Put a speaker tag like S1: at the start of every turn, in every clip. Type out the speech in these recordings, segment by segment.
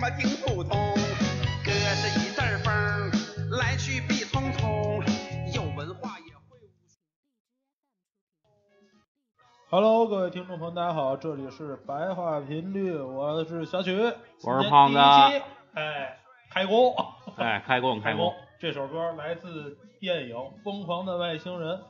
S1: 他挺普通，哥是一阵风儿，来去必匆匆，有文化也会武。
S2: Hello，各位听众朋友，大家好，这里是白话频率，我是小曲，
S3: 我是胖
S2: 今
S3: 子
S2: 天第一期哎，开工，
S3: 哎，开工
S2: 开
S3: 开
S2: 工
S3: 工，！
S2: 这首歌来自电影《疯狂的外星人》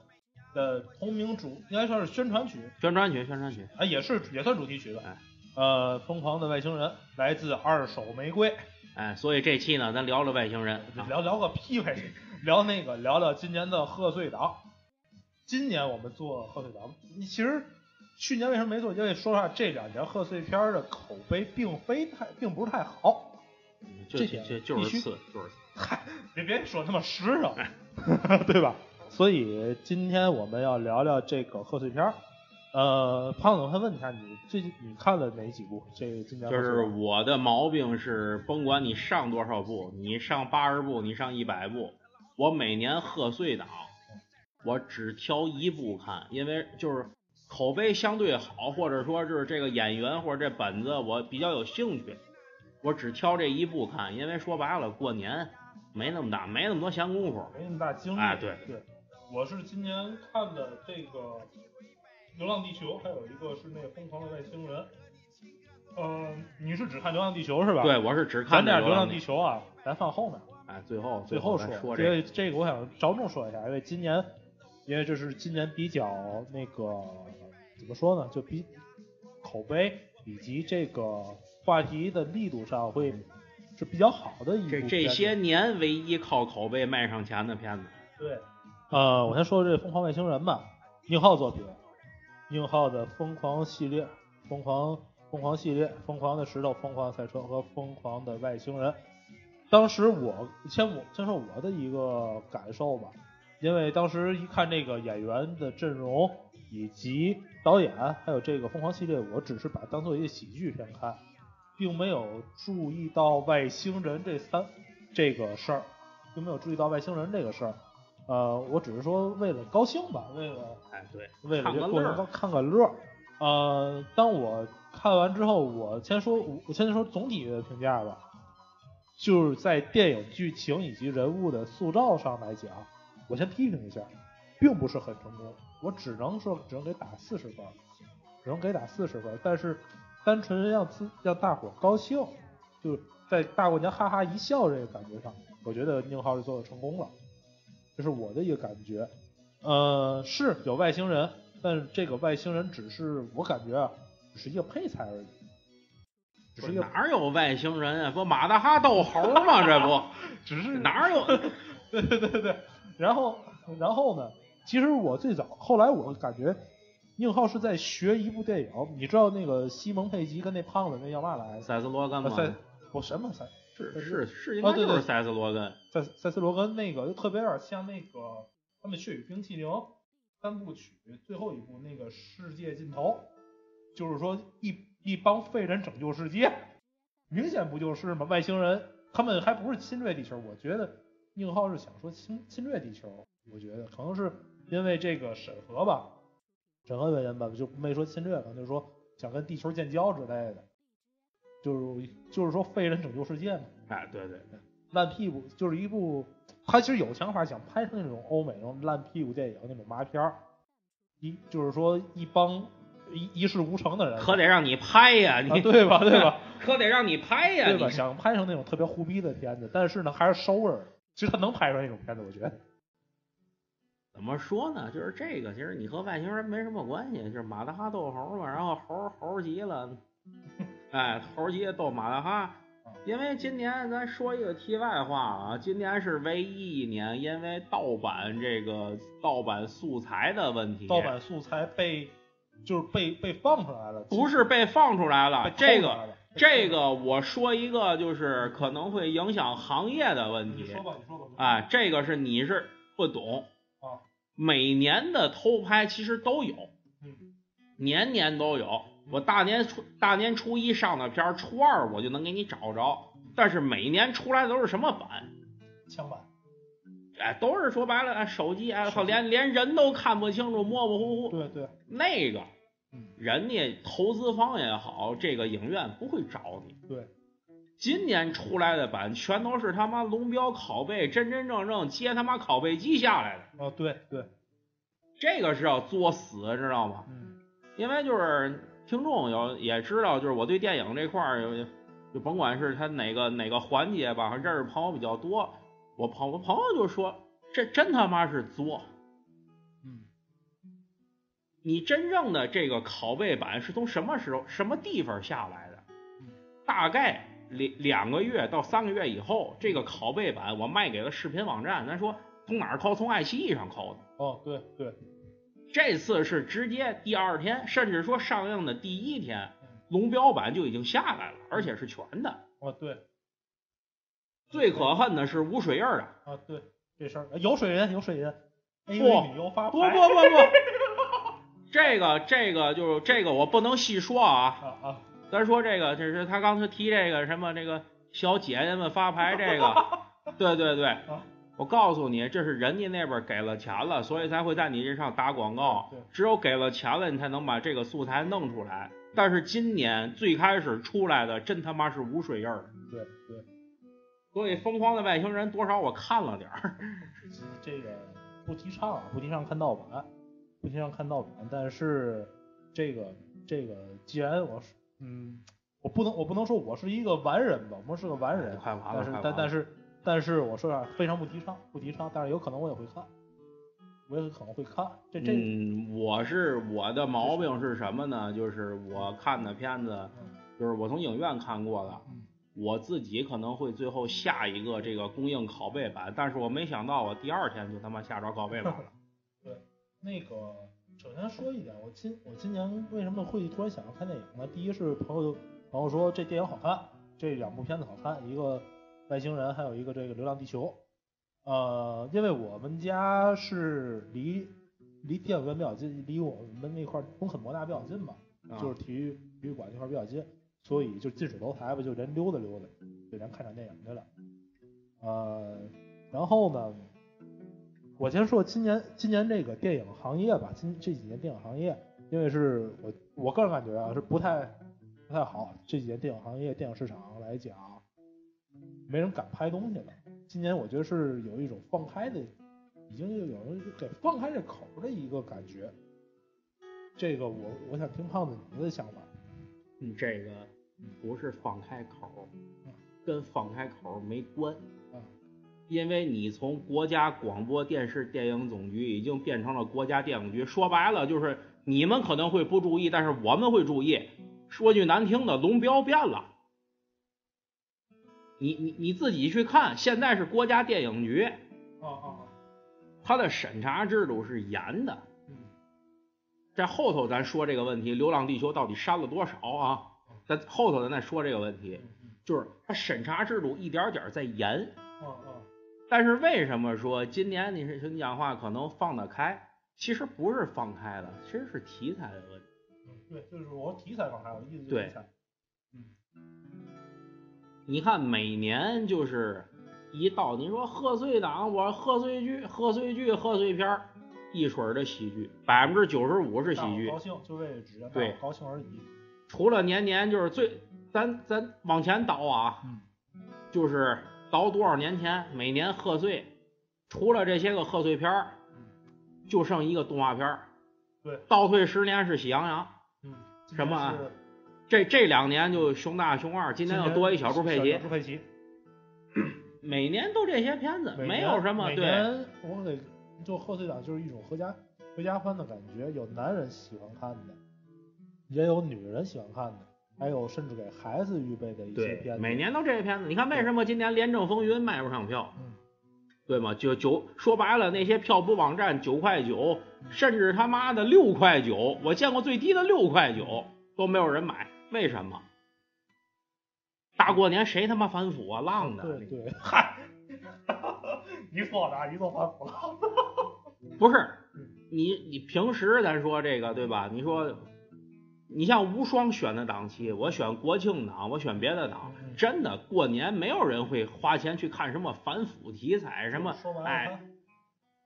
S2: 的同名主，应该算是宣传曲，
S3: 宣传曲，宣传曲，
S2: 啊，也是也算主题曲吧
S3: 哎。
S2: 呃，《疯狂的外星人》来自二手玫瑰，
S3: 哎，所以这期呢，咱聊聊外星人啊，
S2: 聊聊个屁呗，聊那个聊聊今年的贺岁档。今年我们做贺岁档，你其实去年为什么没做？因为说实话，这两年贺岁片儿的口碑并非太，并不是太好。
S3: 就
S2: 这
S3: 就
S2: 点
S3: 就
S2: 必
S3: 就是
S2: 须
S3: 次，就是次。
S2: 嗨，别别说那么实诚，对吧？所以今天我们要聊聊这个贺岁片儿。呃，胖子，我先问一下你，最近你看了哪几部？这个今年贺
S3: 就
S2: 岁
S3: 是
S2: 档
S3: 我的毛病是，甭管你上多少步，你上八十步，你上一百步，我每年贺岁档，我只挑一部看，因为就是口碑相对好，或者说就是这个演员或者这本子我比较有兴趣，我只挑这一部看，因为说白了过年没那么大，没那么多闲工夫。
S2: 没那么大精力。
S3: 哎对
S2: 对，我是今年看的这个《流浪地球》，还有一个是那个《疯狂的外星人》。呃，你是只看《流浪地球》是吧？
S3: 对，，我是只
S2: 咱
S3: 看
S2: 俩《
S3: 这流
S2: 流浪地
S3: 球。
S2: 球》啊，咱放后面，
S3: 哎，最后
S2: 最
S3: 后
S2: 后
S3: 再
S2: 说。
S3: 这个
S2: 因为这个我想着重说一下，因为今年，因为这是今年比较那个怎么说呢，就比口碑以及这个话题的力度上会是比较好的一部
S3: 嗯这
S2: 片
S3: 这
S2: 子
S3: 些年唯一靠口碑卖上钱的片子，
S2: 对，呃，我先说这《疯狂外星人》吧，宁浩作品，宁浩的《疯狂》系列，《疯狂》《疯狂》系列，《疯狂的石头》《疯狂的赛车》和《疯狂的外星人》。当时我先我先说我的一个感受吧，因为当时一看这个演员的阵容以及导演，还有这个疯狂系列，我只是把它当做一个喜剧片看，并没有注意到外星人这三这个事儿，并没有注意到外星人这个事儿。呃，我只是说为了高兴吧，为了
S3: 哎，对，
S2: 为了
S3: 看
S2: 这
S3: 个
S2: 过
S3: 乐
S2: 年
S3: 儿
S2: 高看个乐儿。呃，当我看完之后，我先说，我先说总体的评价吧，就是在电影剧情以及人物的塑造上来讲，我先批评一下，并不是很成功。我只能说，只能给打四十分儿，只能给打四十分儿。但是，单纯让自让大伙儿高兴，就是在大过年哈哈一笑这个感觉上，我觉得宁浩是做的成功了，这是我的一个感觉。呃，是有外星人，但是这个外星人只是我感觉啊，只是一个配菜而已，只是
S3: 不是
S2: 一个
S3: 哪儿有外星人啊？不马大哈斗猴吗？这不
S2: 只是
S3: 哪儿有？
S2: 对 对对对，然后然后呢？其实我最早后来我感觉宁浩是在学一部电影，你知道那个西蒙佩吉跟那胖子那叫嘛来着？
S3: 塞斯罗根
S2: 啊
S3: 吗？
S2: 塞，我什么塞
S3: 是是是，应
S2: 哦
S3: 该
S2: 对
S3: 就是
S2: 对
S3: 塞斯罗根。
S2: 塞塞斯罗根那个，就特别有点像那个他们《血与冰淇淋》三部曲最后一部那个世界尽头，就是说一一帮废人拯救世界，明显不就是吗？外星人他们还不是侵略地球，我觉得宁浩是想说侵侵略地球，我觉得可能是因为这个审核吧，审核原因吧，就没说侵略，可能就是说想跟地球建交之类的，就是就是说废人拯救世界嘛。
S3: 哎，对对对，
S2: 烂屁股，就是一部他其实有想法想拍成那种欧美那种烂屁股电影那种麻片儿，一就是说一帮一一事无成的人，
S3: 可得让你拍呀，
S2: 啊
S3: 你
S2: 对吧对 吧
S3: 可得让你拍呀，
S2: 对吧？
S3: 你
S2: 想拍成那种特别胡逼的片子，但是呢还是收味儿。其实他能拍出来那种片子，我觉得。
S3: 怎么说呢？就是这个，其实你和外星人没什么关系，就是马大哈斗猴嘛，然后猴猴急了， 哎，猴急了斗马大哈。
S2: 嗯
S3: 因为今年咱说一个题外话啊，今年是唯一一年，因为盗版这个盗版素材的问题，
S2: 盗版素材被就是被被放出来了，
S3: 不是被放出来了
S2: 被，偷
S3: 这
S2: 出
S3: 个
S2: 来了
S3: 这个我说一个就是可能会影响行业的问
S2: 你
S3: 题
S2: 说吧你说吧，
S3: 啊，这个是你是不懂
S2: 啊，
S3: 每年的偷拍其实都有，
S2: 嗯
S3: 年年都有。我大年初大年初一上的片儿，初二我就能给你找着。但是每年出来的都是什么版？
S2: 枪版
S3: 哎，都是说白了，哎手机哎，
S2: 手机
S3: 连连人都看不清楚，模模糊糊。
S2: 对对
S3: 那个
S2: 嗯，
S3: 人家投资方也好，这个影院不会找你。
S2: 对，
S3: 今年出来的版全都是他妈龙标拷贝，真真正正接他妈拷贝机下来的，
S2: 哦，对对，
S3: 这个是要作死，知道吗？
S2: 嗯
S3: 因为就是听众有也知道，就是我对电影这块儿有，就甭管是它哪个哪个环节吧，认识朋友比较多，我朋我朋友就说，这真他妈是作，
S2: 嗯，
S3: 你真正的这个拷贝版是从什么时候、什么地方下来的
S2: 嗯？
S3: 大概两两个月到三个月以后，这个拷贝版我卖给了视频网站，咱说从哪儿抠？从爱奇艺上抠的。
S2: 哦，对对，
S3: 这次是直接第二天，甚至说上映的第一天，龙标版就已经下来了，而且是全的。
S2: 哦对
S3: 最可恨的是无水印儿的，
S2: 啊对，这事儿呃有水人有水人，AV
S3: 嚯
S2: 女优发
S3: 不
S2: 牌
S3: 不不不， 这个这个就是这个我不能细说啊。
S2: 啊啊，
S3: 咱说这个，这是他刚才提这个什么这个小姐姐们发牌 这个，对对对
S2: 啊，
S3: 我告诉你，这是人家那边给了钱了，所以才会在你这上打广告
S2: 对对。
S3: 只有给了钱了，你才能把这个素材弄出来。但是今年最开始出来的真他妈是无水印儿的，
S2: 对对，
S3: 所以《疯狂的外星人》多少我看了点儿。
S2: 这这个不提倡啊，不提倡看盗版，不提倡看盗版。但是这个这个，既然我是嗯，我不能我不能说我是一个完人吧，我是个完人，
S3: 快完了，
S2: 哎但是
S3: 快完
S2: 但但
S3: 了。
S2: 是但是我说啥，非常不提倡，不提倡。但是有可能我也会看，我也可能会看。这这、
S3: 嗯，我是我的毛病是什么呢？就是我看的片子，就是我从影院看过的
S2: 嗯，
S3: 我自己可能会最后下一个这个供应拷贝版，但是我没想到我第二天就他妈下着拷贝版了。
S2: 那个，首先说一点，我今我今年为什么会突然想要看电影呢？第一是朋友朋友说这电影好看，这两部片子好看，一个外星人，还有一个这个《流浪地球》。呃，因为我们家是离离电影院比较近，离我们那块儿东肯博大比较近吧，
S3: 啊
S2: 就是体育体育馆那块儿比较近，所以就近水楼台吧，就人溜达溜达，就咱看场电影去了。呃，然后呢，我先说今年今年这个电影行业吧，今这几年电影行业，因为是我我个人感觉啊是不太不太好，这几年电影行业电影市场来讲，没人敢拍东西了。今年我觉得是有一种放开的，已经有人给放开这口儿的一个感觉。这个我我想听胖子你的想法。
S3: 嗯，这个不是放开口
S2: 嗯，
S3: 跟放开口没关
S2: 嗯。
S3: 因为你从国家广播电视电影总局已经变成了国家电影局，说白了就是你们可能会不注意，但是我们会注意。说句难听的，龙标变了。你你你自己去看，现在是国家电影局，
S2: 啊啊啊！
S3: 它的审查制度是严的。
S2: 嗯
S3: 这后头咱说这个问题，《流浪地球》到底删了多少啊？咱后头咱再说这个问题。
S2: 嗯
S3: 就是它审查制度一点点儿在严。
S2: 啊啊！
S3: 但是为什么说今年你是你讲话可能放得开？其实不是放开了，其实是题材的问题。
S2: 嗯对，就是我题材放开，我意思
S3: 对
S2: 题材。
S3: 你看每年就是一到你说贺岁档，我贺岁剧、贺岁剧、贺岁片儿，一水儿的喜剧，百分之九十五是喜
S2: 大伙
S3: 剧
S2: 高。兴就为了只让大
S3: 对
S2: 伙高兴而已。
S3: 除了年年就是最，咱咱往前倒啊，
S2: 嗯
S3: 就是倒多少年前，每年贺岁，除了这些个贺岁片儿，就剩一个动画片儿。
S2: 嗯对，
S3: 倒退十年是《喜羊羊
S2: 嗯。今
S3: 什么
S2: 年
S3: 啊
S2: 是》，
S3: 这这两年就熊大熊二，今年又多一小猪佩奇
S2: 小，猪佩奇，
S3: 每年都这些片子，
S2: 每
S3: 没
S2: 年
S3: 有什么
S2: 每
S3: 对
S2: 年我得就贺岁档就是一种合家合家欢的感觉，有男人喜欢看的，也有女人喜欢看的，还有甚至给孩子预备的一些片
S3: 对，
S2: 子。
S3: 每年都这些片子。你看为什么今年《廉政风云》卖不上票
S2: 嗯？
S3: 对吗？就九说白了，那些票补网站九块九，甚至他妈的六块九，我见过最低的六块九都没有人买，为什么？大过年谁他妈反腐啊？浪的，
S2: 对对，嗨， 你错了，你错反腐了。
S3: 不是，你你平时咱说这个对吧？你说，你像无双选的档期，我选国庆档，我选别的档，真的过年没有人会花钱去看什么反腐题材什么
S2: 说白，了，
S3: 哎，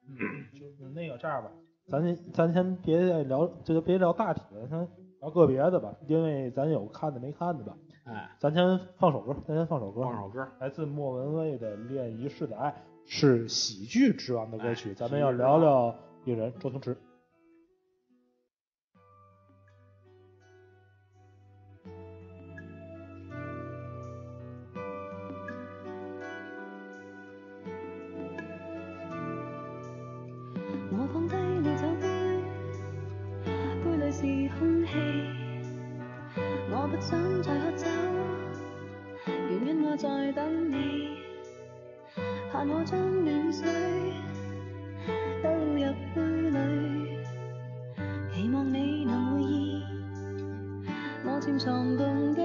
S2: 嗯，就是那个这样吧，咱先咱先别再聊，就别聊大体了，先聊个别的吧，因为咱有看的没看的吧。
S3: 哎，
S2: 咱先放首歌，咱先放首歌，
S3: 放首歌，
S2: 来自莫文蔚的《恋一世的爱》是喜剧之王的歌曲，
S3: 哎
S2: 咱们要聊聊艺人周星驰。
S4: 我放低了酒杯，杯里是空氣。我不想再喝酒，原因我在等你。盼我將暖水倒入杯裏，希望你能會意。我潛藏動機，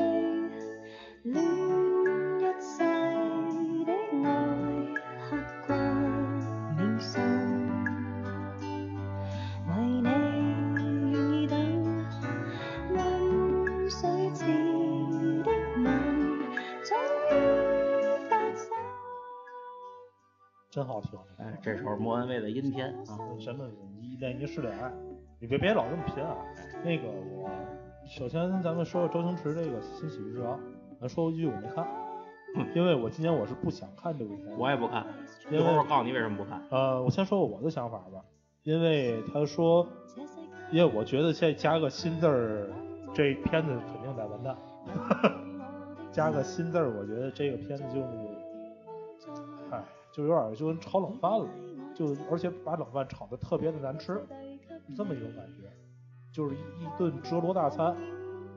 S4: 戀一世的愛，刻骨銘心。為你願意等，溫水似的吻，終於發生。
S2: 真好听，
S3: 哎，这首莫文蔚的《阴天》啊，
S2: 啊，什么一恋一世的爱，你别别老这么拼啊。那个我，首先咱们说说周星驰这个新喜剧之王，咱说一句我没看，因为我今年我是不想看这部片。
S3: 嗯我也不看，一
S2: 因
S3: 会儿我
S2: 为
S3: 告诉你为什么不看。
S2: 呃，我先说我的想法吧，因为他说，因为我觉得现在加个新字儿，这片子肯定得完蛋。加个新字儿，我觉得这个片子就，唉，就有点就跟炒冷饭了，就而且把冷饭炒得特别的难吃，这么一种感觉，就是一一顿折罗大餐。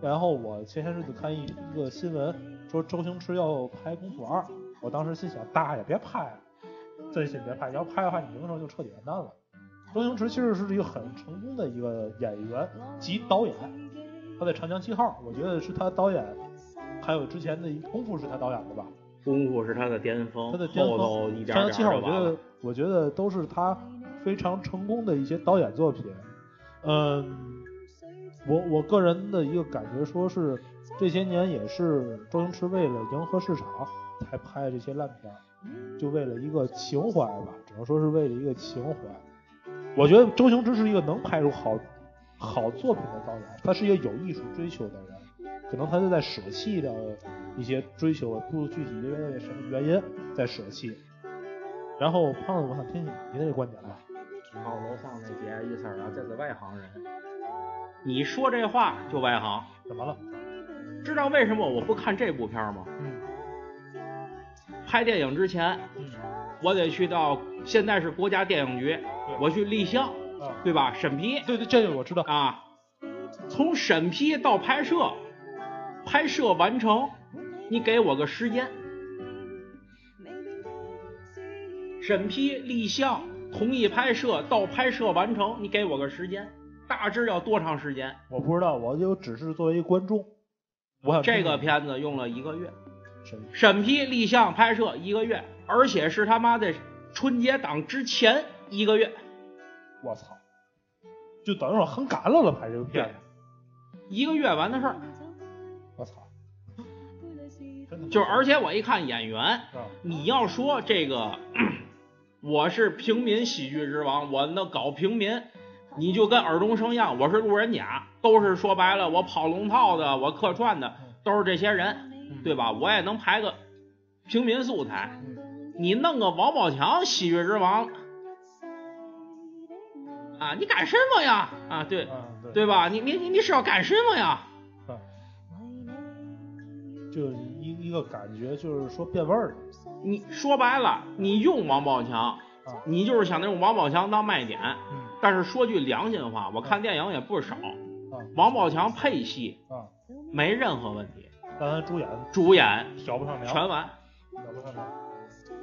S2: 然后我前些日子看一一个新闻，说周星驰要拍《功夫二》，我当时心想，大爷别拍了，真心别拍，你要拍的话，你明成就彻底完蛋了。周星驰其实是一个很成功的一个演员及导演，他在《长江七号》，我觉得是他导演，还有之前的一《功夫》是他导演的吧？
S3: 功夫是他的巅峰，
S2: 他的巅峰
S3: 后头一
S2: 《
S3: 点
S2: 长江
S3: 儿点
S2: 七号》，
S3: 儿就
S2: 我觉
S3: 完
S2: 得
S3: 了。
S2: 我觉得都是他非常成功的一些导演作品。嗯，我我个人的一个感觉，说是这些年也是周星驰为了迎合市场才拍这些烂片儿，就为了一个情怀吧，只能说是为了一个情怀。我觉得周星驰是一个能拍出好好作品的导演，他是一个有艺术追求的人，可能他是在舍弃掉一些追求，不具体因为什么原因在舍弃。然后胖子，我想听听您的观点吧。
S3: 然后楼上那姐意思儿啊，这是外行人，你说这话就外行。
S2: 怎么了？
S3: 知道为什么我不看这部片儿吗？
S2: 嗯
S3: 拍电影之前，
S2: 嗯
S3: 我得去到现在是国家电影局，我去立项，
S2: 啊，
S3: 对吧？审批
S2: 对对，这个我知道。
S3: 啊，从审批到拍摄，拍摄完成，你给我个时间。审批、立项、同意拍摄到拍摄完成，你给我个时间，大致要多长时间？
S2: 我不知道，我就只是作为一观众，我想听
S3: 这
S2: 听
S3: 个片子用了一个月，
S2: 什么
S3: 审批、立项、拍摄一个月，而且是他妈的春节档之前一个月，
S2: 我操，就等于我横赶了了拍这个片子。
S3: 一个月完的事儿。
S2: 我操，真的
S3: 就是而且我一看演员，
S2: 啊，
S3: 你要说这个， 我是平民喜剧之王，我那搞平民，你就跟尔冬升一样，我是路人甲，都是说白了，我跑龙套的，我客串的，都是这些
S4: Ừ.
S3: 人，对吧？我也能排个平民素材，你弄个王宝强喜剧之王啊，你干什么呀？啊，对
S2: 啊对啊
S3: 对吧？你你你你是要干什么呀？
S2: 就是一一个感觉，就是说变味儿了。
S3: 你说白了，你用王宝强
S2: 啊，
S3: 你就是想用王宝强当卖点。
S2: 嗯
S3: 但是说句良心话，我看电影也不少
S2: 啊，
S3: 王宝强配戏
S2: 啊，
S3: 没任何问题，
S2: 但他主演
S3: 主演
S2: 挑不上梁，
S3: 全完。
S2: 挑不上梁。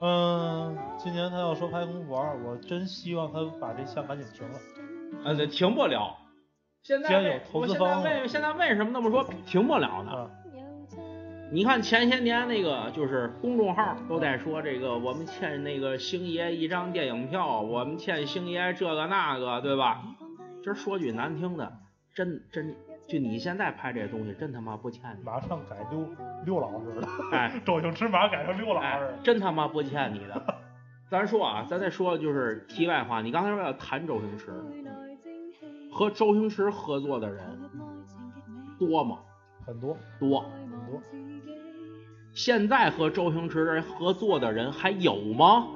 S2: 嗯，今年他要说拍《功夫二》，我真希望他把这项赶紧停了。
S3: 呃，那停不了。现
S2: 既
S3: 在
S2: 然
S3: 为
S2: 有投资
S3: 我现在
S2: 方了
S3: 为现在为什么那么说停不了呢？
S2: 啊，
S3: 你看前些年那个就是公众号都在说这个，我们欠那个星爷一张电影票，我们欠星爷这个那个，对吧？今儿说句难听的，真真就你现在拍这东西，真他妈不欠 你，
S2: 马上改六六老师 了。
S3: 哎，
S2: 周星驰马上改成六老
S3: 哎
S2: 师了。，
S3: 真他妈不欠你的。咱说啊，咱再说就是题外话，你刚才说要谈周星 à? 驰，和周星驰合作的人多吗？
S2: 很多
S3: 多。
S2: 很多。
S3: 现在和周星驰人合作的人还有吗？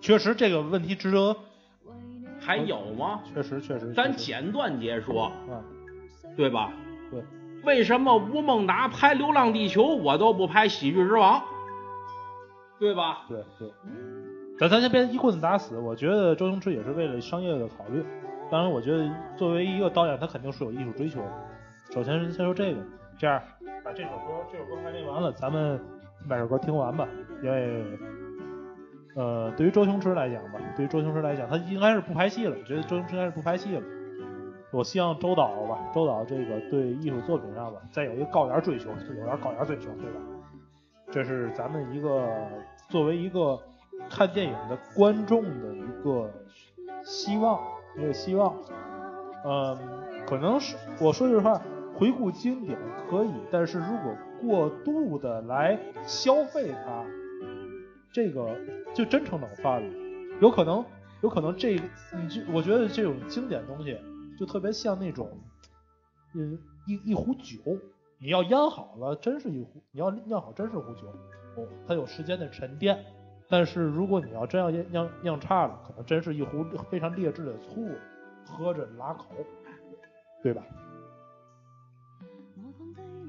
S2: 确实这个问题值得，
S3: 还有吗？
S2: 确实确实。
S3: 咱
S2: 确实，
S3: 简短截说，
S2: 嗯，
S3: 对吧？
S2: 对。
S3: 为什么吴孟达拍《流浪地球》，我都不拍《喜剧之王》，对吧？
S2: 对对。咱咱先别一棍子打死，我觉得周星驰也是为了商业的考虑。当然，我觉得作为一个导演，他肯定是有艺术追求的。首先是先说这个，这样把这首歌，这首歌还没完了，咱们把这首歌听完吧，因为。呃，对于周星驰来讲吧，对于周星驰来讲，他应该是不拍戏了。我觉得周星驰应该是不拍戏了。我希望周导吧，周导这个对艺术作品上吧，再有一个高点儿追求，有点儿高点儿追求，对吧？这是咱们一个作为一个看电影的观众的一个希望，一个希望。嗯，可能是我说句实话，回顾经典可以，但是如果过度的来消费它，这个就真成冷饭了。有可能，有可能这你这，我觉得这种经典东西就特别像那种，嗯，一一壶酒，你要腌好了，真是一壶，你要酿好真是壶酒，哦，它有时间的沉淀。但是如果你要真要酿酿酿差了，可能真是一壶非常劣质的醋，喝着拉口，对吧？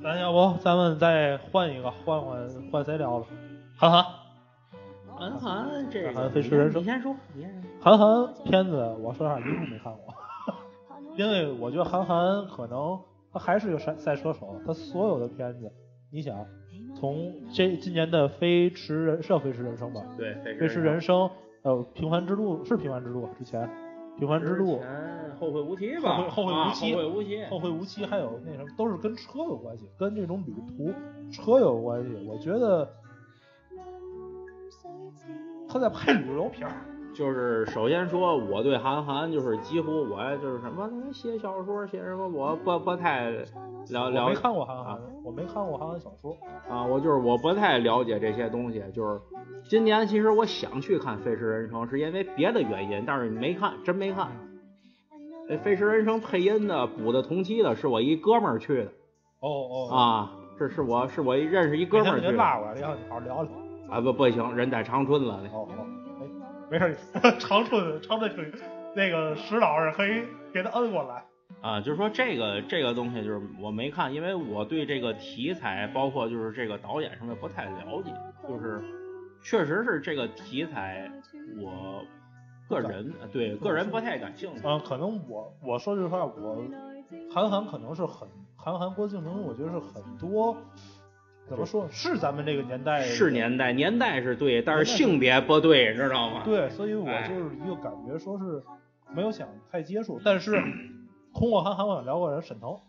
S2: 咱要不咱们再换一个，换换换谁聊了？韩寒，
S3: 韩寒这
S2: 韩
S3: 个
S2: 寒，飞驰人生
S3: 你先说，你先说。
S2: 韩寒片子，我说实话一部没看过，因为我觉得韩寒可能他还是个赛赛车手，他所有的片子，你想从这今年的《飞驰人》是《飞驰人生》吧，
S3: 对，
S2: 《
S3: 飞
S2: 飞驰人生》还有《平凡之路》是《平凡之路》啊之前，《平凡之路》
S3: 前后会无期吧？
S2: 后会后会无期
S3: 啊后会无期。
S2: 后会无期，还有那什么，都是跟车有关系，跟这种旅途车有关系。我觉得他在拍旅游片儿，
S3: 就是首先说，我对韩寒就是几乎我就是什么写小说写什么，我不不太了
S2: 我
S3: 了
S2: 没看过韩寒，我没看过韩寒小说。
S3: 啊，我就是我不太了解这些东西。就是今年其实我想去看《飞驰人生》，是因为别的原因，但是没看，真没看。
S2: 嗯
S3: 那《飞驰人生》配音的补的同期的是我一哥们儿去的
S2: 哦哦，
S3: 啊，这是我是我一认识一哥哎们儿
S2: 别
S3: 去的
S2: 拉过来，要好好聊聊。
S3: 啊，不不行，人在长春了。
S2: 哦哦，哎，没事 儿，长春长春可以，那个石老师可以给他摁过来。
S3: 啊，就是说这个这个东西就是我没看，因为我对这个题材，包括就是这个导演什么的不太了解，就是确实是这个题材我个人呃对个人不太感兴趣。
S2: 嗯，可能我我说句实话，我韩寒可能是很韩寒、郭敬明，我觉得是很多怎么说，是咱们这个年代的
S3: 是年代年代是对，但是性别不对，知道吗？
S2: 对，所以我
S3: 哎
S2: 就是一个感觉，说是没有想太接触，但 是通过韩寒，我想聊过人沈腾。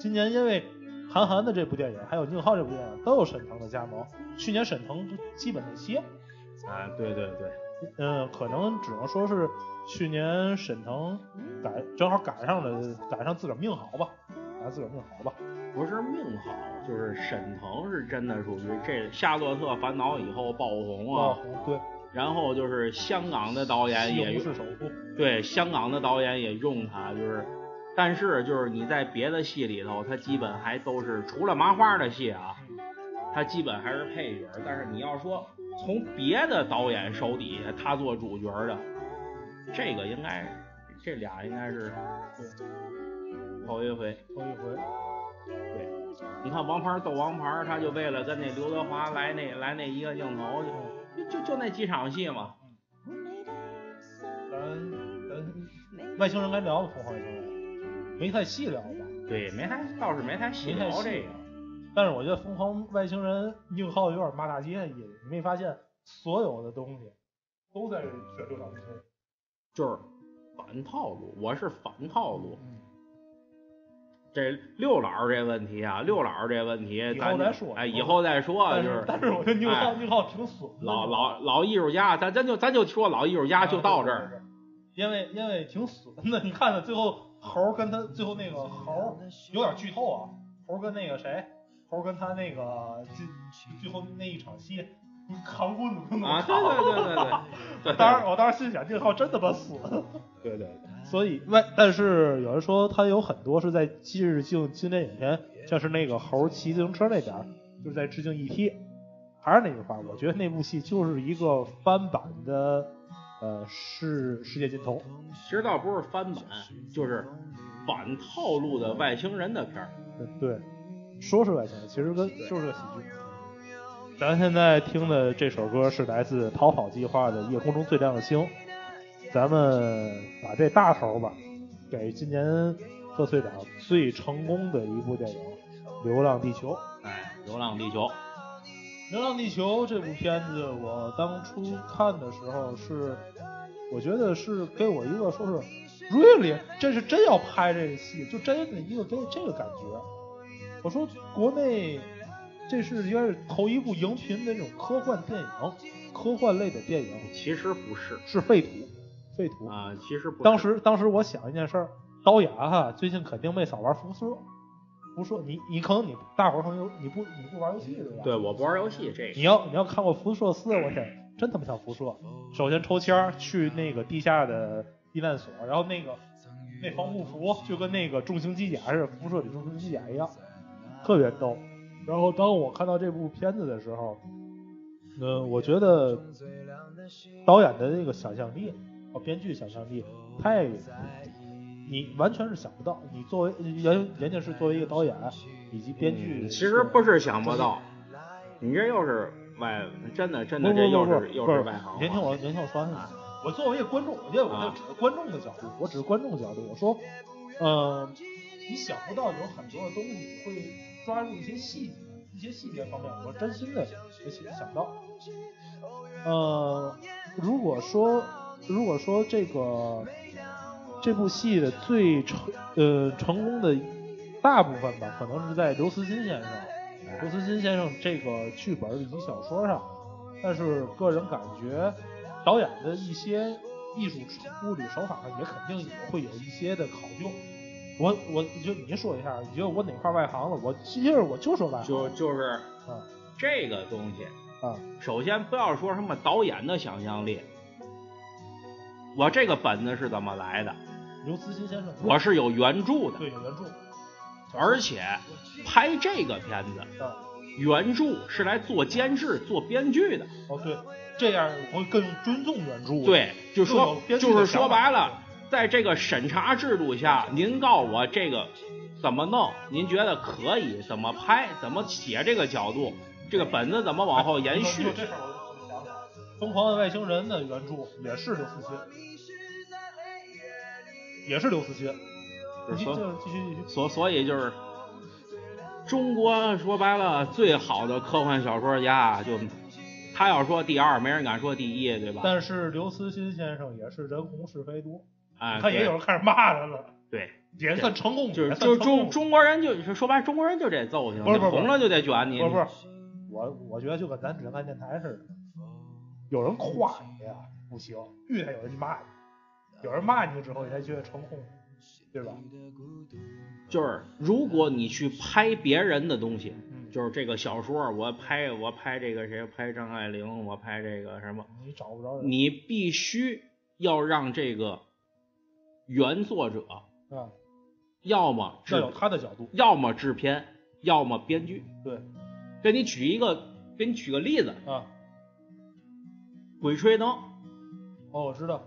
S2: 今年因为韩寒的这部电影，还有宁浩这部电影都有沈腾的加盟，去年沈腾基本没歇，
S3: 啊，对对对，
S2: 嗯，可能只能说是去年沈腾赶正好赶上了，赶上自个儿命好吧，赶上自个儿命好吧。
S3: 不是命好，就是沈腾是真的属于这《夏洛特烦恼》以后爆红
S2: 哦
S3: 啊，，
S2: 对，
S3: 然后就是香港的导演哦也
S2: 西红柿首富，
S3: 对，香港的导演也用他，就是，但是就是你在别的戏里头，他基本还都是除了麻花的戏啊，他基本还是配角。但是你要说从别的导演手底下他做主角的，这个应该这俩应该是头一回。
S2: 头一回。
S3: 对，你看王牌斗王牌，他就为了跟那刘德华来那来那一个镜头，就就就那几场戏嘛。
S2: 咱咱外星人该聊吧，疯狂外星人，没太细聊吧。
S3: 对，没太倒是没太细
S2: 没太
S3: 聊
S2: 细
S3: 这个。
S2: 但是我觉得《疯狂外星人》宁浩有点骂大街，也你没发现所有的东西都在学刘长春。
S3: 就是反套路，我是反套路。
S2: 嗯，
S3: 这六老儿这问题啊，六老儿这问题，
S2: 以后
S3: 咱就
S2: 再说
S3: 哎，
S2: 以后
S3: 以后再说啊，
S2: 但
S3: 就是
S2: 但是我觉得宁浩
S3: 哎
S2: 宁浩挺损的，
S3: 老老老艺术家，咱咱就咱就说老艺术
S2: 啊
S3: 家就到这儿。
S2: 儿，因为因为挺损的。 你看他最后猴儿跟他最后那个猴儿有点剧透啊，猴儿跟那个谁，猴儿跟他那个最最后那一场戏，扛棍子都能
S3: 啊，
S2: 扛
S3: 对对对对对， 对
S2: 当时我当时心想，宁浩真他妈死。
S3: 对对，
S2: 所以外，但是有人说他有很多是在季日性经典影片，像是那个猴骑自行车那边儿，就是在致敬 E.T。还是那句话，我觉得那部戏就是一个翻版的，呃，世世界尽头。
S3: 其实倒不是翻版，就是反套路的外星人的片儿。
S2: 对，说是外星人，其实跟就是个喜剧。咱现在听的这首歌是来自《逃跑计划》的《夜空中最亮的星》，咱们把这大头吧，给今年贺岁档最成功的一部电影《流浪地球》。
S3: 哎，《流浪地球》
S2: 《流浪地球》这部片子，我当初看的时候是，我觉得是给我一个说是，really，这是真要拍这个戏，就真的一个给我这个感觉。我说国内这是应该是头一部荧屏的那种科幻电影，科幻类的电影
S3: 其实不是
S2: 是废土，废土。
S3: 啊、其实不是
S2: 当时当时我想一件事儿，刀牙哈最近肯定被扫玩辐射，辐射你你可能你大伙儿可能有你不你不玩游戏对吧？
S3: 对哦我不玩游戏这
S2: 你
S3: 个，
S2: 要你要看过辐射四，我天，真他妈像辐射。首先抽签儿去那个地下的避难所，然后那个那防护服就跟那个重型机甲似的，辐射里重型机甲一样，特别逗。然后当我看到这部片子的时候，呃，我觉得导演的那个想象力，哦，编剧想象力太，你完全是想不到。你作为呃人人家是作为一个导演啊以及编剧，
S3: 嗯其实不是想不到，你这又是外，真的真的这又是又是外行话。
S2: 您听我，您听我说完
S3: 啊
S2: 我作为一个观众，我觉得我
S3: 啊
S2: 只是观众的角度，我只是观众的角度，我说，嗯，你想不到有很多的东西会抓住一些细节，一些细节方面，我真心的没想到。呃，如果说如果说这个这部戏的最成呃成功的大部分吧，可能是在刘慈欣先生，刘慈欣先生这个剧本以及小说上，但是个人感觉导演的一些艺术处理手法上也肯定也会有一些的考究。我我你就你说一下，你觉得我哪块外行了？我其实我就说外行
S3: 就就是
S2: 啊
S3: 这个东西，
S2: 啊
S3: 首先不要说什么导演的想象力，我这个本子是怎么来的？
S2: 刘慈欣先生，
S3: 我是有原著的，
S2: 对有原著，
S3: 而且拍这个片子，
S2: 啊
S3: 原著是来做监制、做编剧的。
S2: 哦对，这样我会更尊重原著。
S3: 对，
S2: 就
S3: 就
S2: 有
S3: 说
S2: 编剧的
S3: 就是
S2: 想
S3: 说
S2: 法
S3: 白了，在这个审查制度下，您告我这个怎么弄？您觉得可以？怎么拍？怎么写这个角度？这个本子怎么往后延续
S2: 有？这事儿我就想起来了疯狂的外星人》的原著也是刘慈欣，也是刘慈欣。
S3: 就
S2: 继
S3: 是
S2: 续
S3: 所
S2: 继续继续，
S3: 所所以就是，中国说白了最好的科幻小说家就。他要说第二，没人敢说第一，对吧？
S2: 但是刘慈欣先生也是人红是非多，
S3: 哎，
S2: 看也
S3: 对
S2: 有人开始骂他了，
S3: 对，
S2: 也算成功，
S3: 就是
S2: 也算
S3: 就是
S2: 成功
S3: 中中国人就说白，了，中国人就这揍性，
S2: 不是不是不是
S3: 红了就得卷你，
S2: 不是不是，我我觉得就跟咱只看电台似的，有人夸你呀不行，遇见有人就骂你，有人骂你之后，你才觉得成功，对吧？
S3: 就是如果你去拍别人的东西，
S2: 嗯
S3: 就是这个小说，我拍我拍这个谁，拍张爱玲，我拍这个什么，
S2: 你找不着人，
S3: 你必须要让这个原作者，
S2: 啊，
S3: 要么
S2: 要有
S3: 制，
S2: 他的角度，
S3: 要么制片，要么编剧。
S2: 对
S3: 给你举一个，给你举个例子，
S2: 啊，
S3: 《鬼吹灯》，
S2: 哦，我知道，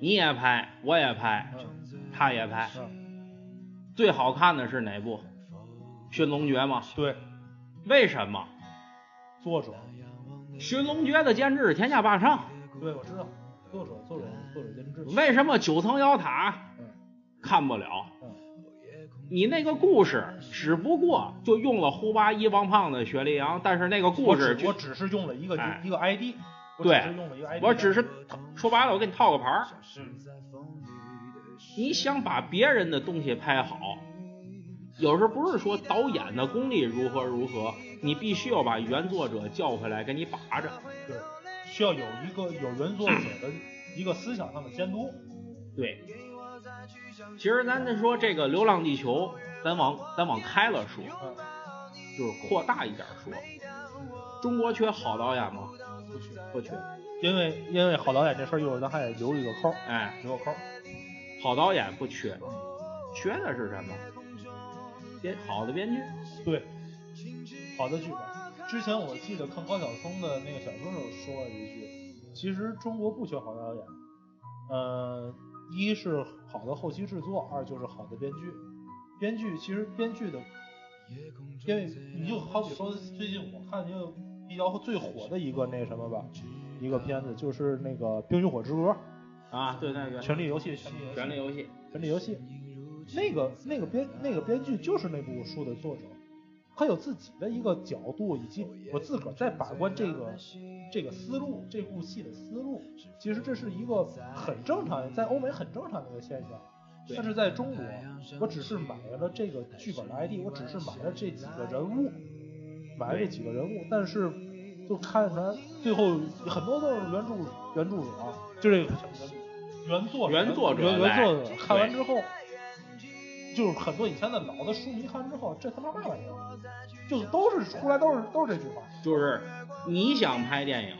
S3: 你也拍，我也拍，
S2: 嗯
S3: 他也拍，
S2: 嗯，
S3: 最好看的是哪部？《寻龙诀》吗？
S2: 对，
S3: 为什么？
S2: 作者，
S3: 《寻龙诀》的监制是天下霸唱。
S2: 对，我知道，作者，作者，作者监制，
S3: 为什么九层妖塔
S2: 嗯
S3: 看不了？
S2: 嗯，
S3: 你那个故事只不过就用了胡八一、王胖子、雪莉杨，但是那个故
S2: 我
S3: 事
S2: 只
S3: 就
S2: 我只是用了一个
S3: 哎
S2: 一个 ID，我只
S3: 对
S2: 是用了一个 ID，
S3: 我只是说白了，我给你套个牌儿。你想把别人的东西拍好，有时候不是说导演的功力如何如何，你必须要把原作者叫回来给你把着。
S2: 对，需要有一个有原作者的一个思想上的监督。
S3: 对，其实咱就说这个《流浪地球》，咱往咱往开了说，
S2: 嗯，
S3: 就是扩大一点说，中国缺好导演吗？
S2: 不去，
S3: 不缺。
S2: 因为因为好导演这事儿，一会儿咱还得留一个扣儿，
S3: 哎，
S2: 留个扣儿。
S3: 好导演不缺，缺的是什么？编好的编剧。
S2: 对，好的剧本。之前我记得看高晓松的那个小说时候说了一句，其实中国不缺好导演，呃，一是好的后期制作，二就是好的编剧。编剧其实编剧的，因为你就好比说最近我看一个比较最火的一个那什么吧，一个片子就是那个《冰与火之歌
S3: 啊，对那个》，
S2: 权力游戏，权力游戏，
S3: 权力游
S2: 权
S3: 戏，
S2: 力游戏，那个那个编那个编剧就是那部书的作者，他有自己的一个角度，以及我自个儿在把关这个这个思路，这部戏的思路。其实这是一个很正常，在欧美很正常的一个现象，
S3: 对
S2: 但是在中国，我只是买了这个剧本的 ID，我只是买了这几个人物，买了这几个人物，但是就看出来最后很多都是原著原著者，啊就这个原作
S3: 原作者
S2: 原
S3: 来
S2: 原作者看完之后，就是很多以前的老的书迷看完之后，这他妈嘛玩意儿，就都是出来都是都是这句话，
S3: 就是你想拍电影，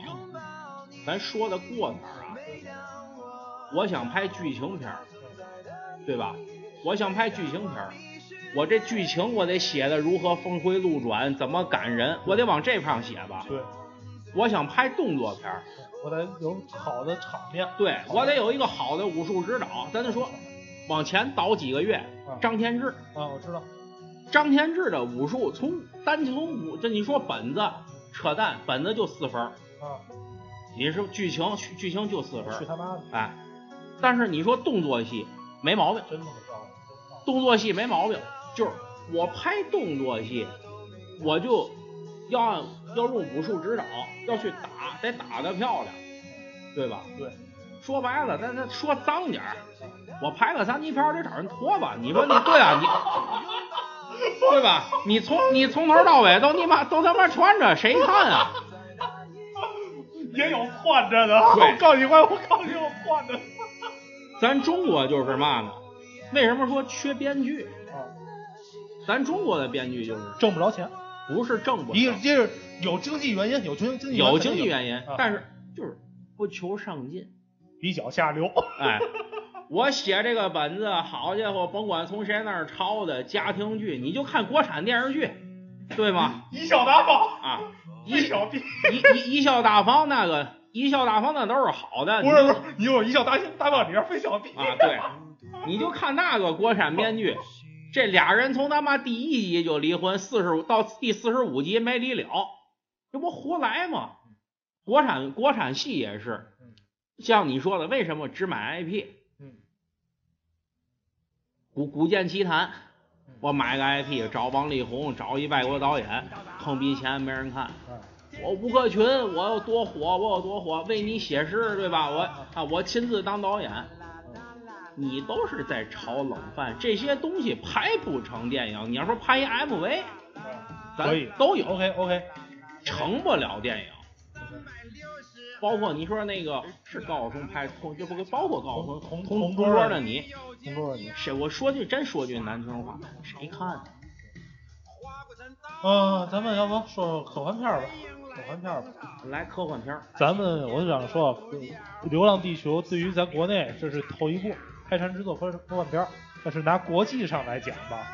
S3: 咱说的过点儿啊。我想拍剧情片儿，对吧？我想拍剧情片儿，我这剧情我得写的如何峰回路转，怎么感人，我得往这方写吧。
S2: 对，
S3: 我想拍动作片儿，
S2: 我得有好的场面，
S3: 对我得有一个好的武术指导。咱就说，往前倒几个月，张天志，
S2: 啊，我知道，
S3: 张天志的武术从单从武，这你说本子扯淡，本子就四分儿，
S2: 啊，
S3: 你是剧情剧情就四分儿
S2: 去，他妈的，
S3: 哎，但是你说动作戏没毛病，
S2: 真他妈漂亮。
S3: 动作戏没毛病，就是我拍动作戏，我就要按要用武术指导，要去打，得打得漂亮，对吧？
S2: 对，
S3: 说白了，咱咱说脏点儿，我拍个三级片儿得找人拖吧？你说你对 啊，你对吧？你从你从头到尾都你妈都他妈穿着，谁看啊？
S2: 也有换着的，
S3: 对
S2: 我告诉你，我我告诉你，有换着的。
S3: 咱中国就是嘛呢？为什么说缺编剧？
S2: 啊，
S3: 咱中国的编剧就是
S2: 挣不着钱，
S3: 不是挣不
S2: 一
S3: 着
S2: 个，这是有经济原因，有经经济
S3: 有经
S2: 因肯
S3: 济
S2: 定
S3: 原因
S2: 啊，
S3: 但是就是不求上进。
S2: 有比较下流。
S3: 哎，我写这个本子，好家伙，甭管从谁那儿抄的家庭剧，你就看国产电视剧，对吗？
S2: 以小打法，
S3: 啊，一
S2: 以小逼，
S3: 一一一笑大方那个，一笑大方那都是好的，
S2: 不
S3: 你
S2: 是不
S3: 就
S2: 是，你有以小打大棒，你是非小逼
S3: 啊，对，你就看那个国产编剧，这俩人从他妈第一集就离婚，四十五到第四十五集没离了，这不胡来吗？国产国产戏也是
S2: 嗯，
S3: 像你说的，为什么只买 IP？
S2: 嗯，
S3: 古古剑奇谭
S2: 嗯，
S3: 我买个 IP，找王力宏，找一外国导演，坑逼钱没人看。
S2: 哎
S3: 我吴克群，我有多火，我有多火，为你写诗，对吧？我啊，我亲自当导演，你都是在炒冷饭，这些东西拍不成电影。你要说拍一 MV，咱
S2: 可以
S3: 都有，
S2: OK OK，
S3: 成不了电影。包括你说那个是高晓松拍同，就不包括高晓松
S2: 同
S3: 同
S2: 同桌
S3: 桌
S2: 的
S3: 的你，
S2: 听说了你，
S3: 谁我说句真说句难听话，谁看啊？
S2: 嗯、咱们要不说说科幻片儿吧，科幻片儿吧。
S3: 来科幻片儿，
S2: 咱们我就想说，《流浪地球》对于咱国内这是头一部开山之作科科幻片儿，但是拿国际上来讲吧，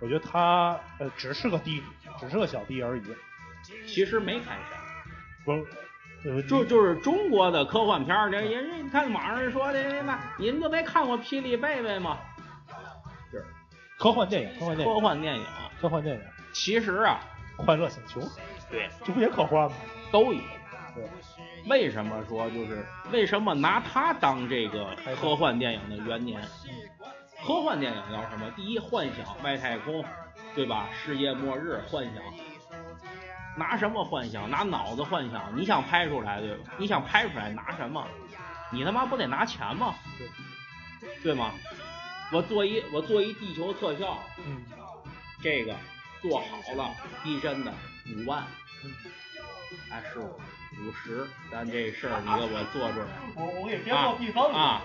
S2: 我觉得它呃只是个弟弟，只是个小弟而已。
S3: 其实没开山。
S2: 不是，呃，就
S3: 就就是中国的科幻片儿，这人家你看网上说的哎那，你们都没看过《霹雳贝贝》吗？
S2: 科幻电影，科幻电
S3: 科
S2: 影，
S3: 幻电影，
S2: 科幻电影，
S3: 其实啊，
S2: 《快乐星球》
S3: 对，
S2: 这不也科幻吗？
S3: 都有。
S2: 对，
S3: 为什么说就是为什么拿它当这个科幻电影的元年？科幻电影要什么？第一，幻想外太空，对吧？世界末日，幻想。拿什么幻想？拿脑子幻想？你想拍出来对吧？你想拍出来拿什么？你他妈不得拿钱吗？对吗？我做一我做一地球特效，
S2: 嗯，
S3: 这个做好了，逼真的五万，哎师傅五十，咱这事儿你给我做 出来。
S2: 我我给
S3: 别做第啊，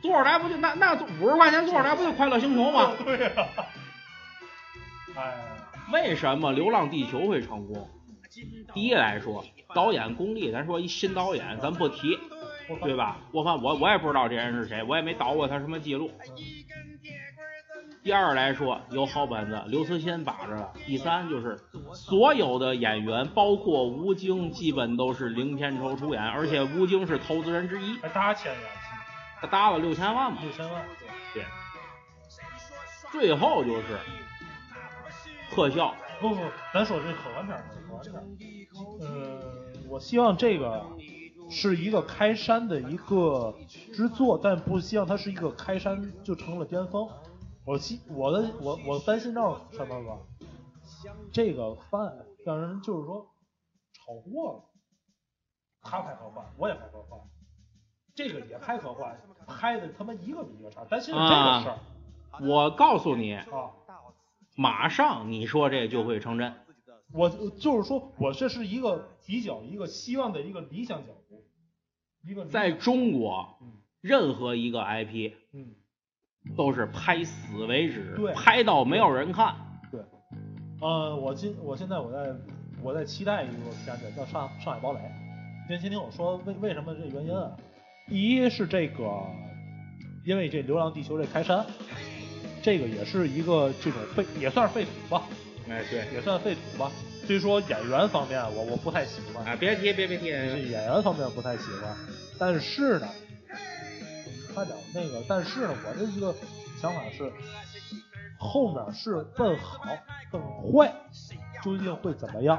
S3: 做出来不就那那五十块钱做出来不就快乐星 球吗？
S2: 对呀、哎，
S3: 为什么《流浪地球》会成功？第一来说，导演功力，咱说一新导演，咱不提，对吧？我看我我也不知道这人是谁，我也没导过他什么记录。第二来说，有好本子，刘慈欣把着了。第三就是所有的演员，包括吴京，基本都是零片酬出演，而且吴京是投资人之一，
S2: 还搭钱了，
S3: 他搭了六千万嘛。
S2: 六千万，
S3: 对。最后就是特效，
S2: 不不，咱说这科幻片儿，科幻片儿。呃，我希望这个是一个开山的一个之作，但不希望它是一个开山就成了巅峰。我希我的我我担心到什么吧？这个饭让人就是说炒锅了。他拍科幻，我也拍科幻，这个也拍科幻，拍的他妈一个比一个差。担心是这个事
S3: 啊
S2: 儿
S3: 我告诉你，
S2: 啊！
S3: 马上你说这就会成真。
S2: 我就是说我这是一个比较一个希望的一个理想角度，一个理想
S3: 在中国
S2: 嗯，
S3: 任何一个 IP
S2: 嗯
S3: 都是拍死为止
S2: 对，
S3: 拍到没有人看。
S2: 呃，我今我现在我在我在期待一部片子叫《上上海堡垒》。先先听我说为为什么这原因啊？第一是这个，因为这《流浪地球》这开山，这个也是一个这种废，也算是废土吧，
S3: 哎，对
S2: 也算废土吧。虽说演员方面我我不太喜欢，
S3: 啊，别提别别提，
S2: 是演员方面不太喜欢，但是呢，他讲那个，但是呢，我的一个想法是，后面是问好问坏究竟会怎么样？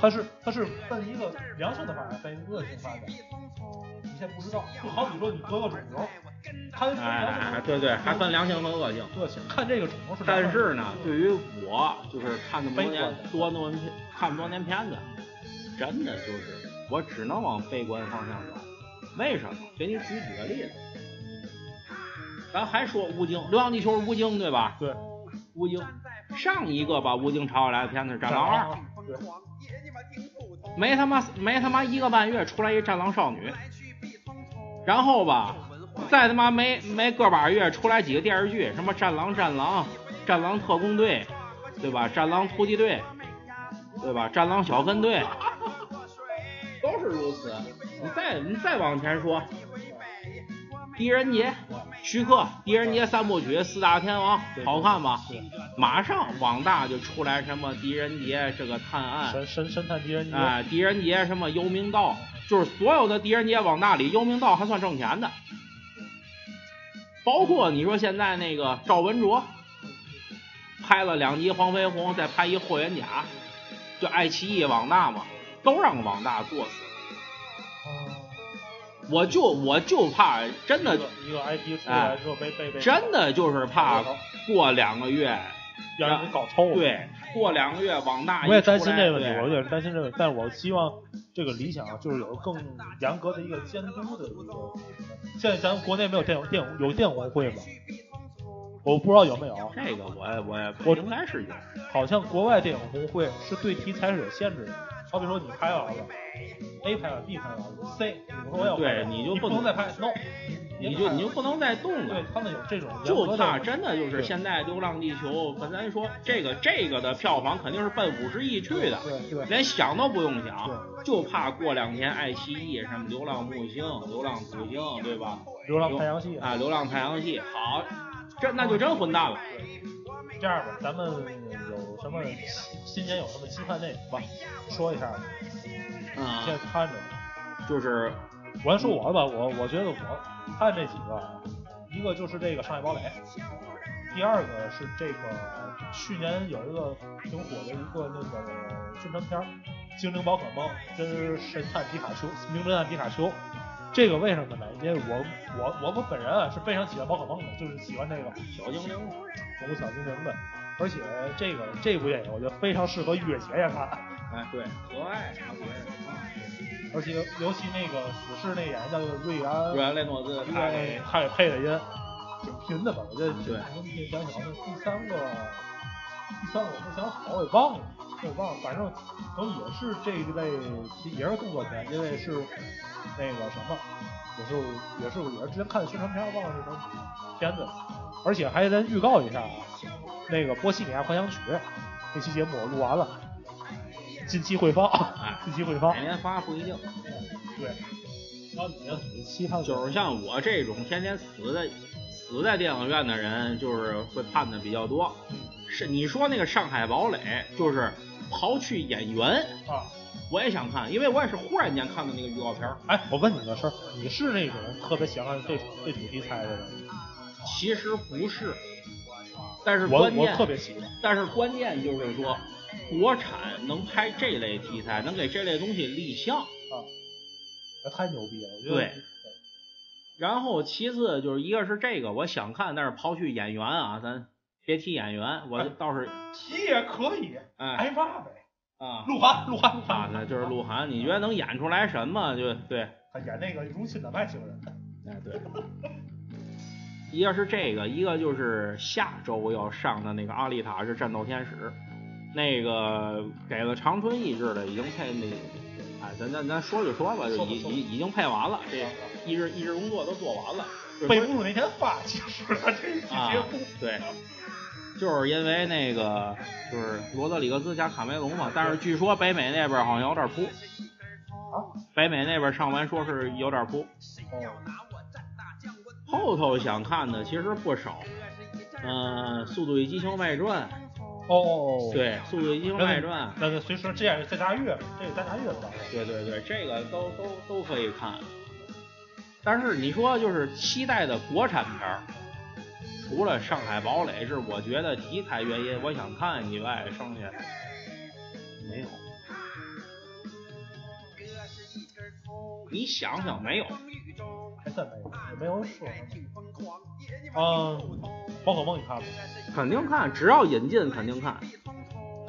S2: 他是他是奔一个良性的发展，奔一个恶性发展，你现在不知道，就好比说你得个肿瘤，他分良
S3: 哎
S2: 性，
S3: 对对，还分良性和恶性。
S2: 恶性，看这个肿瘤是良性
S3: 但
S2: 的
S3: 是呢，对于我就是看那么多年多多看那么多年片子，真的就是我只能往悲观方向走。为什么？给你举几个例子。咱还说吴京，《流浪地球》吴京对吧？
S2: 对，
S3: 吴京上一个把吴京炒起来的片子《战狼二》，
S2: 对
S3: 没他妈没他妈一个半月出来一战狼少女，然后吧，再他妈没没个把月出来几个电视剧，什么战狼战狼、战狼特工队，对吧？战狼突击队，对吧？战狼小分队，都是如此。你再你再往前说，狄仁杰、徐克、狄仁杰三部曲四大天王，好看吗？马上网大就出来什么狄仁杰这个探案，
S2: 神神神探狄仁杰，
S3: 哎，狄仁杰什么幽冥道，就是所有的狄仁杰往那里，幽冥道还算挣钱的，包括你说现在那个赵文卓，拍了两集《黄飞鸿》，再拍一《霍元甲》，就爱奇艺网大嘛，都让网大做死了。我就我就怕真的
S2: 一个一个 IP 出来之后被被被
S3: 哎真的就是怕过两个月，
S2: 让人搞臭了。
S3: 对，过两个月网大一
S2: 我也担心
S3: 出来
S2: 这个问题，
S3: 对
S2: 我有点担心这个问题，但是我希望这个理想啊就是有更严格的一个监督的一个。现在咱们国内没有电影电影有电影工会吗？我不知道有没有，啊
S3: 这个我也我也
S2: 我
S3: 应该是有。
S2: 好像国外电影工会是对题材是有限制的。好比说你拍完了，A 拍完，B 拍完了，C，我说我要拍
S3: 对
S2: 了
S3: 你
S2: 你
S3: 就
S2: 不
S3: 不能
S2: 能再拍，no，
S3: 你就你就不能再动
S2: 对
S3: 了。
S2: 他们有这种严格
S3: 就
S2: 的
S3: 怕真的就是现在《流浪地球》，本咱说这个这个的票房肯定是奔五十亿去的，
S2: 对对
S3: 连想都不用想，就怕过两天爱奇艺什么《流浪木星》《流浪土星》，对吧？
S2: 流浪太阳系
S3: 啊，《流浪太阳系》好，这那就真混蛋了。
S2: 这样吧，咱们有什么新年有什么期盼内容吧，说一下吧。
S3: 啊、
S2: 先看着，
S3: 就是
S2: 我先说我的吧，我我觉得我看这几个啊，一个就是这个《上海堡垒》，第二个是这个去年有一个挺火的一个那个宣传片儿《精灵宝可梦》跟神探皮卡丘、名侦探皮卡丘。这个为什么呢？因为我我我我本人啊是非常喜欢宝可梦的，就是喜欢这个
S3: 小精灵，
S2: 宠物小精灵的，而且这个这部电影我觉得非常适合月姐也看，
S3: 哎，对，和蔼，
S2: 而且尤其那个死侍那演员叫瑞安
S3: 瑞安雷诺兹，他
S2: 对，
S3: 给
S2: 他也配的音，挺拼的吧？我觉得
S3: 对
S2: 挺挺想想的。第三个，第三个我不想好，我也忘了，我也忘了，反正可能也是这一类，也是动作片，因为是那个什么，也是也是也是之前看的宣传片，忘了是什么片子，而且还得预告一下啊，那个《波西米亚狂想曲》那期节目我录完了，近期会放
S3: 哎，
S2: 近啊期会放
S3: 哪。天发不一定。
S2: 对，然后你呢？你期盼
S3: 就是像我这种天天死在死在电影院的人，就是会判的比较多。是你说那个《上海堡垒》，就是刨去演员，
S2: 啊，
S3: 我也想看，因为我也是忽然间看的那个预告片儿。
S2: 哎，我问你个事儿，你是那种特别喜欢对对土题材的人吗？
S3: 其实不是，但是
S2: 我
S3: 关
S2: 我
S3: 键
S2: 特别喜欢。
S3: 但是关键就是说，国产能拍这类题材，能给这类东西立项。
S2: 那哎太牛逼了，我觉得
S3: 对然后其次就是一个是这个，我想看，但是刨去演员啊，咱别提演员，我倒是
S2: 提也可以，
S3: 哎
S2: 挨骂呗。
S3: 啊
S2: 鹿晗，鹿晗，鹿
S3: 啊，
S2: 晗，
S3: 那就是鹿晗，你觉得能演出来什么？就对，
S2: 他演哎那个如今的外星人，
S3: 哎对。 一个是这个，一个就是下周要上的那个《阿丽塔是战斗天使》，那个给了长春一制的，已经配那，哎，咱咱咱说就说吧，就
S2: 说吧
S3: 已
S2: 说吧啊
S3: 已已经配完了，这一日一日工作都做完了。就是
S2: 被侮辱那天发，其实他这一期
S3: 啊
S2: 节目，
S3: 对，就是因为那个就是罗德里格斯加卡梅隆嘛，但是据说北美那边好像有点扑，北美那边上完说是有点扑。后头想看的其实不少，嗯、速度与激情外传》，
S2: 哦哦哦，
S3: 啊对，《速度与激情外传》，
S2: 那就随时这也是在家乐，这个在家乐吧？
S3: 对对对，这个都都都可以看。但是你说就是期待的国产片儿，除了《上海堡垒》是我觉得题材原因我想看以外，剩下没有。你想想没有？
S2: 还真没有，也没有说。嗯，宝可梦你看吗？
S3: 肯定看，只要引进肯定看。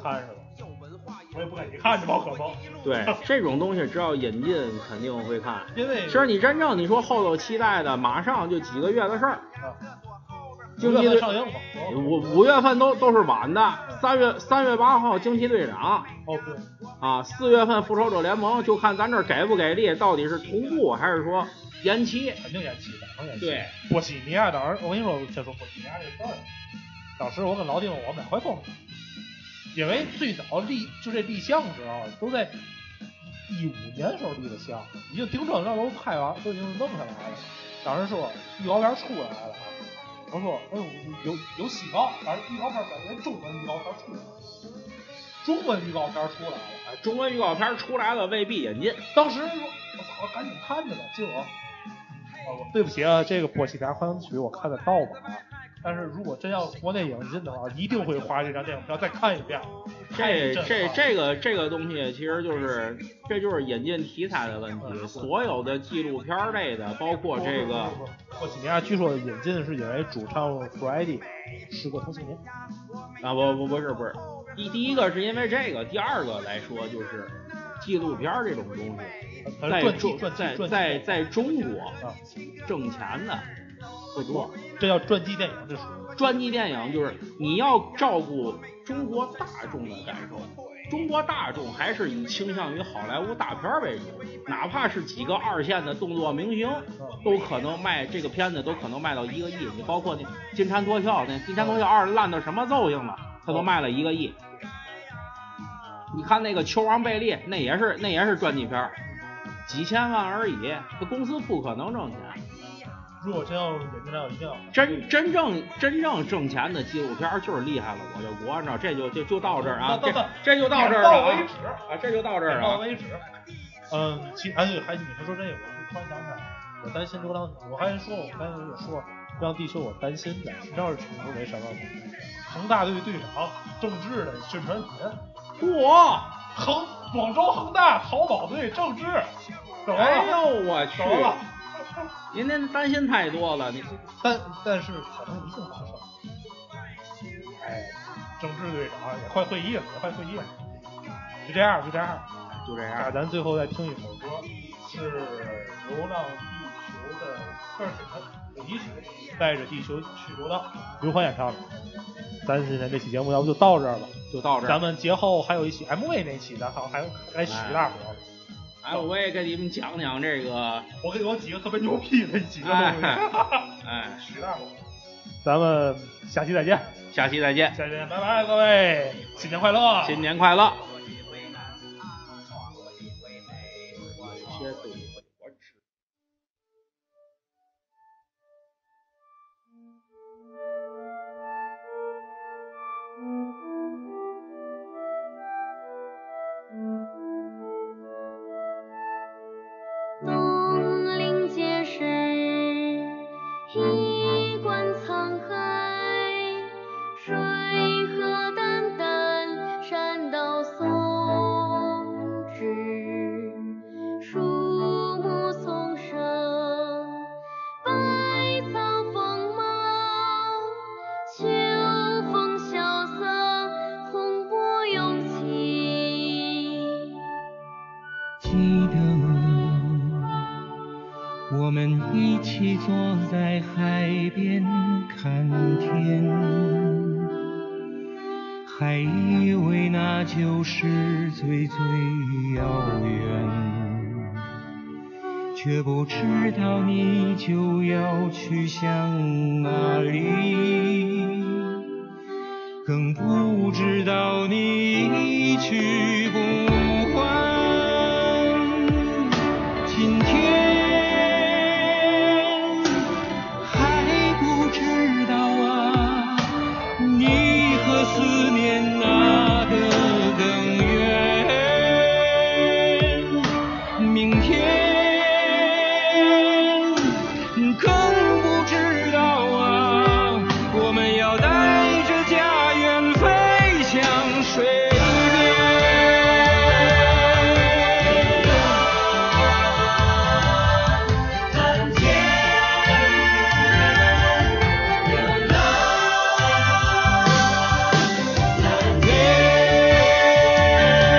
S2: 看是吧？我也不给你看这宝可梦，
S3: 对，这种东西只要引进肯定会看。
S2: 因为
S3: 其实你真正你说后头期待的，马上就几个月的事儿。
S2: 五
S3: 经
S2: 月
S3: 济
S2: 份
S3: 对
S2: 上映嘛，哦
S3: 五五月份都都是晚的，三月三月八号惊奇队长
S2: 哦对，
S3: 啊，四月份复仇者联盟，就看咱这儿给不给力，到底是同步还是说延期？
S2: 肯定演戏的，肯定演戏。
S3: 对，
S2: 波西米亚当时我跟你说，我先说波西米亚这事儿，当时我跟老丁我们俩快疯了，因为最早立就这立项时候都在一五年时候立的项，已经丁正让都拍完，都已经弄下来了。当时说预告片出来了啊，我说哎呦有有希望，但是预告片本身中文预告片出来了，中文预告片出来了。哎
S3: 啊中文预告片出来了未必引进，
S2: 当时哎我操，赶紧看着吧，结果，哦，对不起啊，这个《波西米亚狂想曲》我看得到吧？啊但是如果真要国内引进的话，一定会花这张电影票再看一遍。太
S3: 这
S2: 震
S3: 这
S2: 撼
S3: 这个这个东西其实就是这就是引进题材的问题，所有的纪录片类的，包括这个
S2: 波西米亚据说引进是因为主唱 Freddie 是个同性恋，
S3: 啊不不不是不是，第第一个是因为这个，第二个来说就是纪录片这种东西。
S2: 反
S3: 在
S2: 正赚
S3: 中
S2: 钱赚
S3: 在
S2: 钱赚
S3: 在
S2: 钱，
S3: 在中国
S2: 啊
S3: 挣钱的不多，
S2: 这叫传记电影，这属于
S3: 传记电影就是你要照顾中国大众的感受，中国大众还是以倾向于好莱坞大片为主，哪怕是几个二线的动作明星，都可能卖这个片子都可能卖到一个亿，你包括那《金蝉脱壳》，那《金蝉脱壳二》烂到什么揍性了，它都卖了一个亿。你看那个《球王贝利》，那也是那也是传记片儿，几千万而已，这公司不可能挣钱。
S2: 嗯如果真要引进来，我一定要看。
S3: 真真正真正挣钱的纪录片儿就是厉害了，我就我按照这就就就到这儿啊，
S2: 那
S3: 这
S2: 那
S3: 这就到这
S2: 点
S3: 儿了
S2: 到
S3: 啊
S2: 为止。
S3: 啊，这就到这
S2: 点
S3: 儿了
S2: 到
S3: 啊。
S2: 为止。嗯，其哎对，还你还说这个，我突然想起来，我担心流浪，我还说我刚才也说，流浪地球我担心的，你知道是因为什么吗？恒大队队长郑智的宣传品，
S3: 嚯！
S2: 恒广州恒大淘宝队郑智，懂了
S3: 哎
S2: 吧？
S3: 呦我去
S2: 懂！了吧？
S3: 您您担心太多了，你
S2: 但但是可能一定发生。哎，郑智队长也快会议了，也快会议了，就这样，就这样。
S3: 就这
S2: 那
S3: 样。
S2: 咱最后再听一首歌，啊是流浪地球的算是主题曲，带着地球去流浪，刘欢演唱的。咱今天这期节目要不就到这儿吧，
S3: 就到这儿
S2: 咱们节后还有一期 MV 那期，咱好还来许大伙儿。
S3: 哎，我也给你们讲讲这个，
S2: 我给我几个特别牛逼的啊几个
S3: 哎
S2: 东西，
S3: 哎，
S2: 许大伙儿。 咱们下期再见，
S3: 下期再见，
S2: 下期再见，拜拜各位，新年快乐，
S3: 新年快乐！
S1: 啊
S5: 我们一起坐在海边看天，还以为那就是最最遥远，却不知道你就要去向哪里，更不知道你一去不还。今天还不知道啊，你和思念哪个更远？明天更不知道啊，我们要带着家园飞向水边。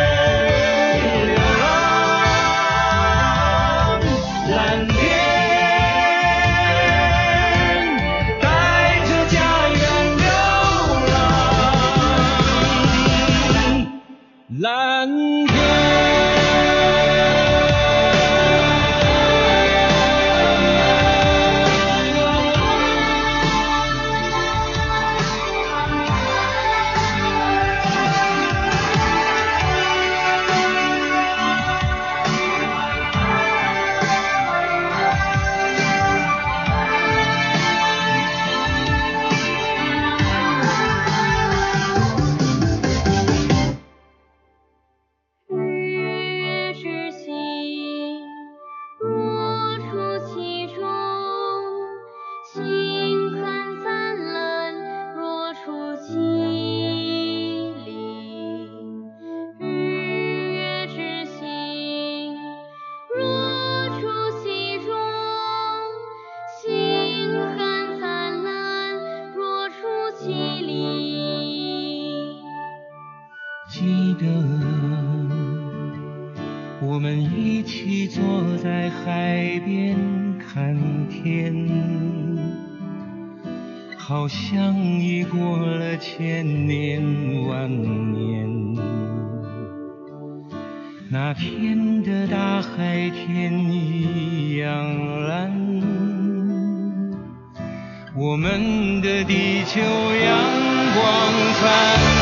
S5: 流浪，蓝天，带着家园流浪，蓝天。
S4: 日之行，不出其中；星汉灿烂，若出其里。日月之行，若出其中；星汉灿烂，若出其里。
S5: 记得我们一起坐在海边看天，好像已过了千年万年。那天的大海天一样蓝。我们的地球阳光灿